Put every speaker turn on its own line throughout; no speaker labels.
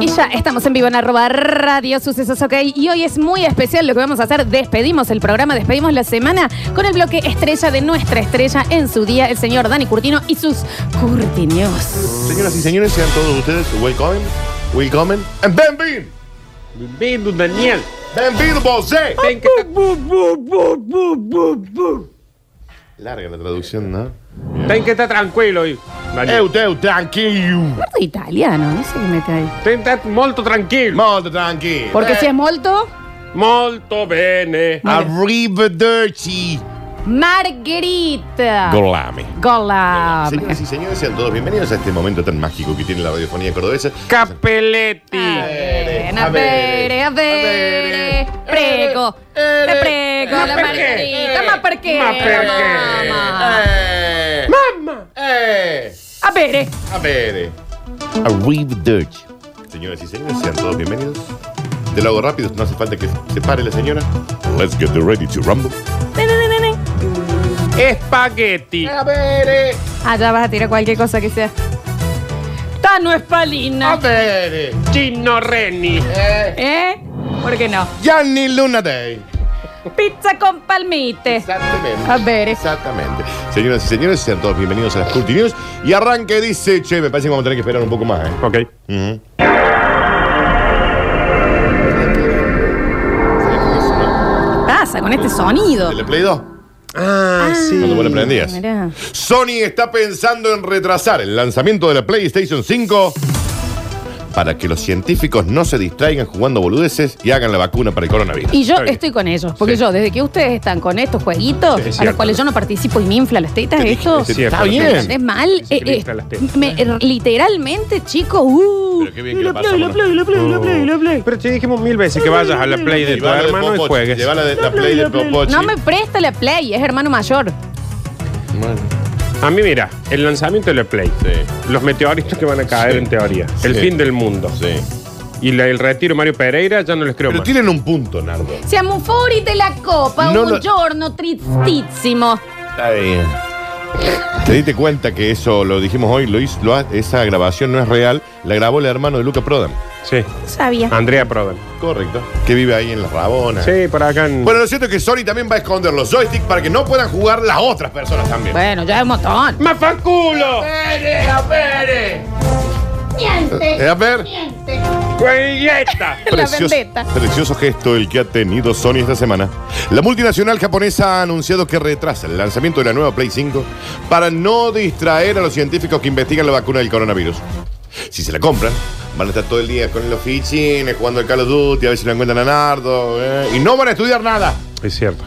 Y ya estamos en vivo en arroba radio sucesos, ok. Y hoy es muy especial lo que vamos a hacer. Despedimos el programa, despedimos la semana con el bloque estrella de nuestra estrella en su día, el señor Dani Curtino y sus Curtinios.
Señoras y señores, sean todos ustedes welcome, welcome, and benvin,
Bienvenido, Daniel.
benvin, José.
Ven que está- bu, bu, bu, bu, bu, bu.
Larga la traducción, ¿no?
Ven que está tranquilo hoy. Daniel.
Eu teu tranquilo,
Gordo italiano, no sé qué mete ahí.
Eh, Ven, está molto tranquilo.
molto tranquilo.
Porque si es molto,
Molto bene.
Arrivederci.
Margarita.
Golami.
Gola.
Señoras y señores, sean todos bienvenidos a este momento tan mágico que tiene la radiofonía cordobesa.
A
Capelletti.
ver, a ver, a ver. Eh, Prego. Te prego la
Ma perché?
margarita. Ma perché?
Ma perché?
Mamma.
Eh,
Mamma.
eh,
A ver.
a ver. Arrivederci. Señoras y señores, sean todos bienvenidos. Te lo hago rápido, no hace falta que se pare la señora. Let's get ready to rumble.
Espagueti.
A ver, eh.
Allá Ah, vas a tirar cualquier cosa que sea. Tano Espalina.
ver.
Gino Reni.
¿Eh? ¿Por qué no?
Gianni Luna Day.
Pizza con palmite.
Exactamente.
A ver.
Exactamente. Señoras y señores, sean todos bienvenidos a las Curti News. Y arranque dice, che, me parece que vamos a tener que esperar un poco más, ¿eh?
Ok.
Ujú. ¿Sabés cómo es, no?
¿Qué pasa con este sonido?
¿El de Play 2?
Ah,
Cuando
sí.
vos lo prendías.
Mirá.
Sony está pensando en retrasar el lanzamiento de la PlayStation 5 para que los científicos no se distraigan jugando boludeces y hagan la vacuna para el coronavirus.
Y yo
Está bien.
estoy con ellos, porque
Sí.
yo, desde que ustedes están con estos jueguitos,
Sí, es
a los
cierto.
cuales yo no participo y me infla las tetas,
Te dije,
esto
te-
Sí,
está
pero
bien.
te dije.
es mal.
Sí, que
eh,
me infla
eh,
las tetas.
me- literalmente, chicos, uh,
Pero qué bien que
lo
la
play, lo
pasamos,
play, lo play, lo play, lo play.
Pero te dijimos mil veces que vayas a la play de tu
Llevala de
hermano y
Popochi,
juegues.
llevala de la Play del Popochi.
No me presta la play, es hermano mayor.
Bueno,
A mí, mira, el lanzamiento de la play.
Sí.
Los meteoritos que van a caer
Sí.
en teoría. El
Sí.
fin del mundo.
sí.
Y la- el retiro de Mario Pereira ya no les creo
Pero
más.
tienen un punto, Nardo.
Siamo fuori della coppa,
No
un
lo-
giorno tristissimo.
Está bien. ¿Te diste cuenta que eso lo dijimos hoy? Lo hizo- lo ha- esa grabación no es real. La grabó el hermano de Luca Prodan.
Sí.
Sabia.
Andrea Prodan.
Correcto. Que vive ahí en Las Rabonas.
Sí, por acá en.
Bueno, lo cierto es que Sony también va a esconder los joysticks para que no puedan jugar las otras personas también.
Bueno, ya es un montón.
¡Mafaculo!
Eh, a ver.
¡Cuelleta!
La
Precioso,
vendetta.
precioso gesto el que ha tenido Sony esta semana. La multinacional japonesa ha anunciado que retrasa el lanzamiento de la nueva Play 5 para no distraer a los científicos que investigan la vacuna del coronavirus. Si se la compran, van a estar todo el día con los fichines, jugando al Call of Duty, a ver si lo encuentran a Nardo, eh, y no van a estudiar nada.
Es cierto.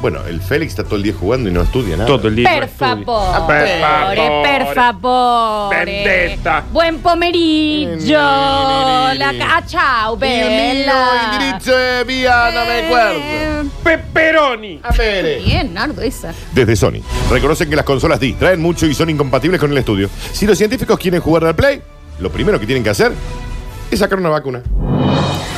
Bueno, el Félix está todo el día jugando y no estudia nada.
Todo el día.
Per
Ah,
favore, per favore.
Vendetta.
Buen pomeriggio. La ca- ah, ciao,
Y un niño,
bella.
indirizzo de vía, no me acuerdo.
Eh,
¡Peperoni!
A ver. eh.
Bien, Nardo, esa.
Desde Sony, reconocen que las consolas distraen mucho y son incompatibles con el estudio. Si los científicos quieren jugar al Play, lo primero que tienen que hacer es sacar una vacuna.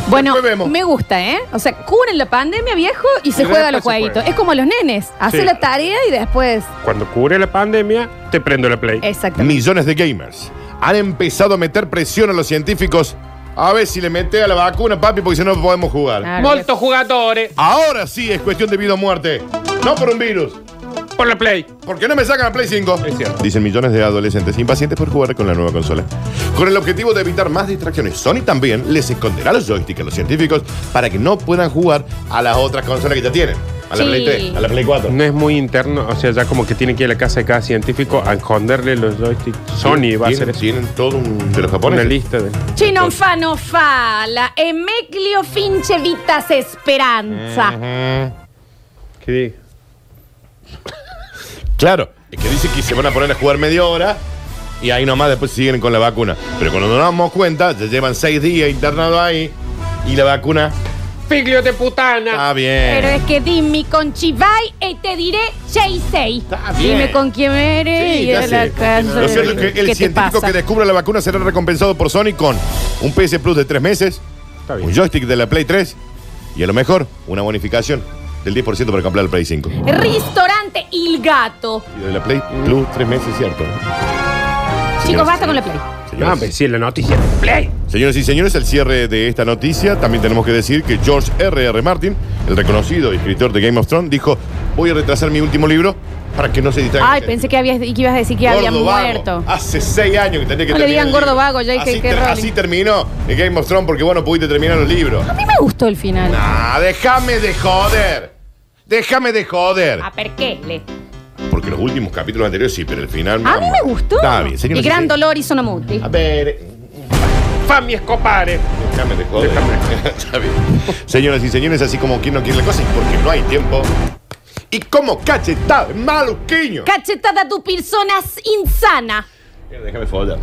Bueno,
Después vemos.
me gusta, ¿eh? O sea, cubren la pandemia, viejo, y se
Y
juega
después
los
se juega.
jueguitos. Es como los nenes. Hace
Sí.
la tarea y después.
Cuando cubre la pandemia, te prendo la play.
Exactamente.
Millones de gamers han empezado a meter presión a los científicos. A ver si le mete a la vacuna, papi, porque si no no podemos jugar.
Claro,
Molto jugadores
Ahora sí es cuestión de vida o muerte. No por un virus.
por la play.
Porque no me sacan a Play 5.
Es cierto.
Dicen millones de adolescentes impacientes por jugar con la nueva consola. Con el objetivo de evitar más distracciones, Sony también les esconderá los joysticks a los científicos para que no puedan jugar a las otras consolas que ya tienen. A la
Sí.
Play 3, a la Play 4.
No es muy interno, o sea, ya como que tiene que ir a la casa de cada científico a esconderle los joysticks. Sony va a
Tienen-
hacer eso.
Tienen todo un... De los
Una
japoneses.
lista de.
Ci non fa non fa, la Emeclio fince vitas esperanza.
¿Qué digo?
Claro. Es que dicen que se van a poner a jugar media hora y ahí nomás después siguen con la vacuna. Pero cuando nos damos cuenta, ya llevan seis días internados ahí y la vacuna
Figlio de putana.
Está bien.
Pero es que dime con Chivay y te diré Cheisei.
Está bien.
Dime con quién eres
Sí,
y
ya
a
sé.
la casa.
Lo cierto es que el
¿Qué te
científico
pasa?
que descubra la vacuna será recompensado por Sony con un PS Plus de tres meses,
Está bien.
un joystick de la Play 3 y a lo mejor una bonificación del 10% para comprar el Play 5.
Restaurante Il Gato.
Y de la Play Plus tres meses, ¿cierto? ¿no?
Chicos,
Señoras-
basta con la play.
No,
Señoras,
pero sí, la noticia. Play.
Señoras y señores, al cierre de esta noticia, también tenemos que decir que George R.R. Martin, el reconocido escritor de Game of Thrones, dijo: Voy a retrasar mi último libro para que no se distraiga.
Ay, pensé que, habías, que ibas a decir que había
Gordo vago.
muerto.
Hace seis años que tenía que
No le digan
el
gordo
libro.
vago, ya dije
así,
que
ter-
Rowling.
así terminó el Game of Thrones porque vos no pudiste terminar los libros.
A mí me gustó el final.
Ah, déjame de joder. Déjame de joder.
A perquele.
Porque los últimos capítulos anteriores sí, pero el final.
A mí
mamá.
me gustó.
Está bien, señor.
El gran dolor hizo Namuti.
A ver. eh,
Fami Escopare.
Déjame de joder.
Déjame.
Está bien. Señoras y señores, así como quien no quiere la cosa, es porque no hay tiempo. Y como cachetada, maluquiño.
Cachetada tu persona es insana.
Déjame joder.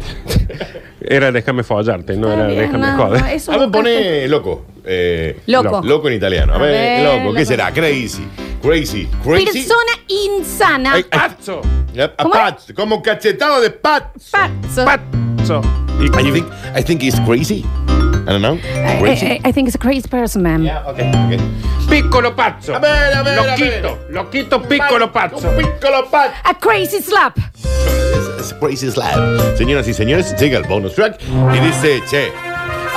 Era déjame follarte, no era
Está bien,
déjame
no,
joder.
no, eso
A ver,
buscaste.
pone loco. Eh,
Loco.
Loco en italiano. A
A
ver,
ver,
loco, ¿qué
loco.
será? Crazy. Crazy. Crazy.
Persona insana.
Ay, ay,
Pazzo.
yep, a
¿Cómo era?
pazzo, Como cachetado de pat.
Pazzo.
Pazzo.
I think, I think it's crazy. I don't know. Crazy.
Eh, I, I- I think it's a crazy person, man.
Yeah, okay, okay.
Piccolo Pazzo.
A ver, a ver, a ver.
Loquito. Loquito Piccolo Pazzo.
Piccolo pat.
A crazy slap.
Es- es Crazy Slap. Señoras y señores, llega el bonus track y dice, che,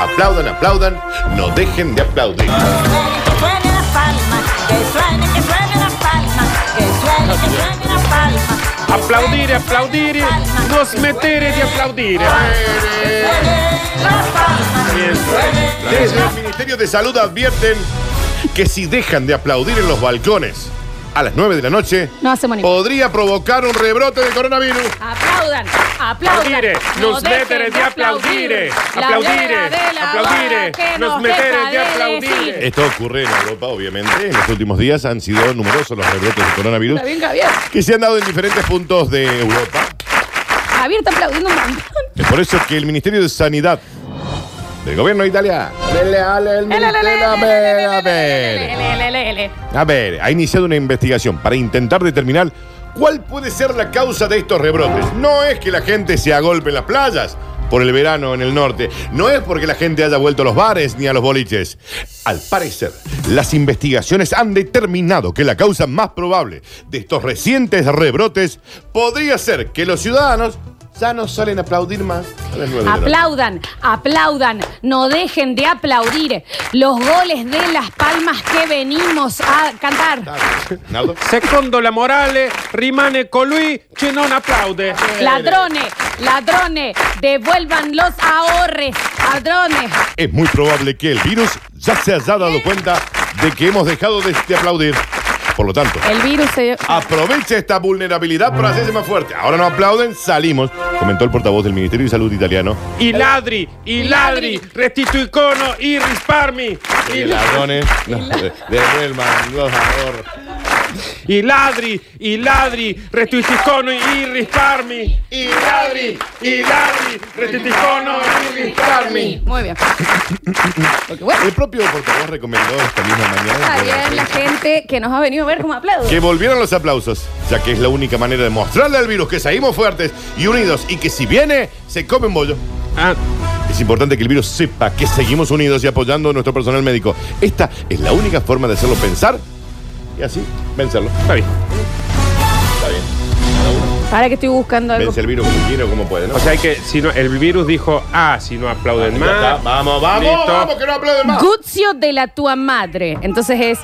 aplaudan, aplaudan, no dejen de aplaudir.
Que suene la palma, que suene, que suene la palma, que suene, que suene la palma.
Applaudire, applaudire. No smettere di applaudire.
Desde el Ministerio de Salud advierten que si dejan de aplaudir en los balcones a las 9 de la noche,
No hacemos ni-
podría provocar un rebrote de coronavirus.
Aplaudan, aplaudan.
Applaudire, non smettere
dejen
di applaudire.
La
Applaudire,
vela de la
applaudire,
boda que
non
nos
smettere
deja
di
de
applaudire.
decir.
Esto ocurre en Europa, obviamente. En los últimos días han sido numerosos los rebrotes de coronavirus
Está bien, Javier.
que se han dado en diferentes puntos de Europa.
Javier está aplaudiendo un montón.
Es por eso que el Ministerio de Sanidad del gobierno de Italia.
Ele, ele, ele,
A ver, a ver.
ele, ele, ele, ele.
A ver, ha iniciado una investigación para intentar determinar cuál puede ser la causa de estos rebrotes. No es que la gente se agolpe en las playas por el verano en el norte. No es porque la gente haya vuelto a los bares ni a los boliches. Al parecer, las investigaciones han determinado que la causa más probable de estos recientes rebrotes podría ser que los ciudadanos ya no suelen aplaudir más a las nueve de la noche.
Aplaudan, aplaudan, no dejen de aplaudir los goles de las palmas que venimos a cantar.
Nardo.
Secondo la morale, rimane colui che non applaude.
Ladrones, ladrones, devuelvan los ahorres, ladrones.
Es muy probable que el virus ya se haya dado cuenta de que hemos dejado de, de aplaudir. Por lo tanto,
El virus se...
aprovecha esta vulnerabilidad para hacerse más fuerte. Ahora no aplauden, salimos, comentó el portavoz del Ministerio de Salud italiano.
I ladri, i ladri, restituicono i risparmi.
Y
I,
ladrones, no, de- devuelvan los ahorros.
I ladri, i ladri, restituicono i risparmi. I ladri, i ladri, restituicono i risparmi.
Muy bien.
El propio portavoz recomendó esta misma mañana
Está bien la gente que nos ha venido a ver como aplaude.
que volvieran los aplausos, ya que es la única manera de mostrarle al virus que seguimos fuertes y unidos y que si viene, se come un bollo.
Ah,
Es importante que el virus sepa que seguimos unidos y apoyando a nuestro personal médico. Esta es la única forma de hacerlo pensar y así vencerlo.
está bien.
Está bien.
Para que estoy buscando algo.
Vence el virus como quiere o como puede, ¿no?
O sea que si no, el virus dijo, ah, si no aplauden
Ya está.
más.
vamos, vamos,
Listo.
vamos, que no aplauden más.
Guzio de la tua madre. Entonces es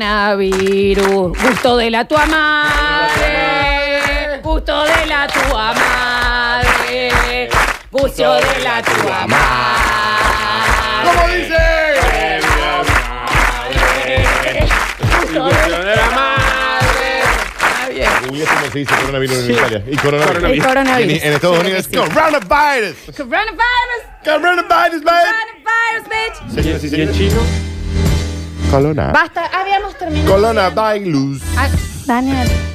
coronavirus. Gusto de la tua madre. Gusto de la tua madre. Gusto de la tua madre.
¿Cómo dice?
Gusto
Gusto de la
Está bien.
Uy, eso no se dice coronavirus en Italia. Y coronavirus.
El
En,
coronavirus.
en Estados Unidos. Coronavirus.
Coronavirus.
Coronavirus, man.
Coronavirus, bitch.
¿Y,
Señoras y
y en
señores.
chino?
Corona.
Basta, habíamos terminado.
Corona virus.
Ah, Daniel.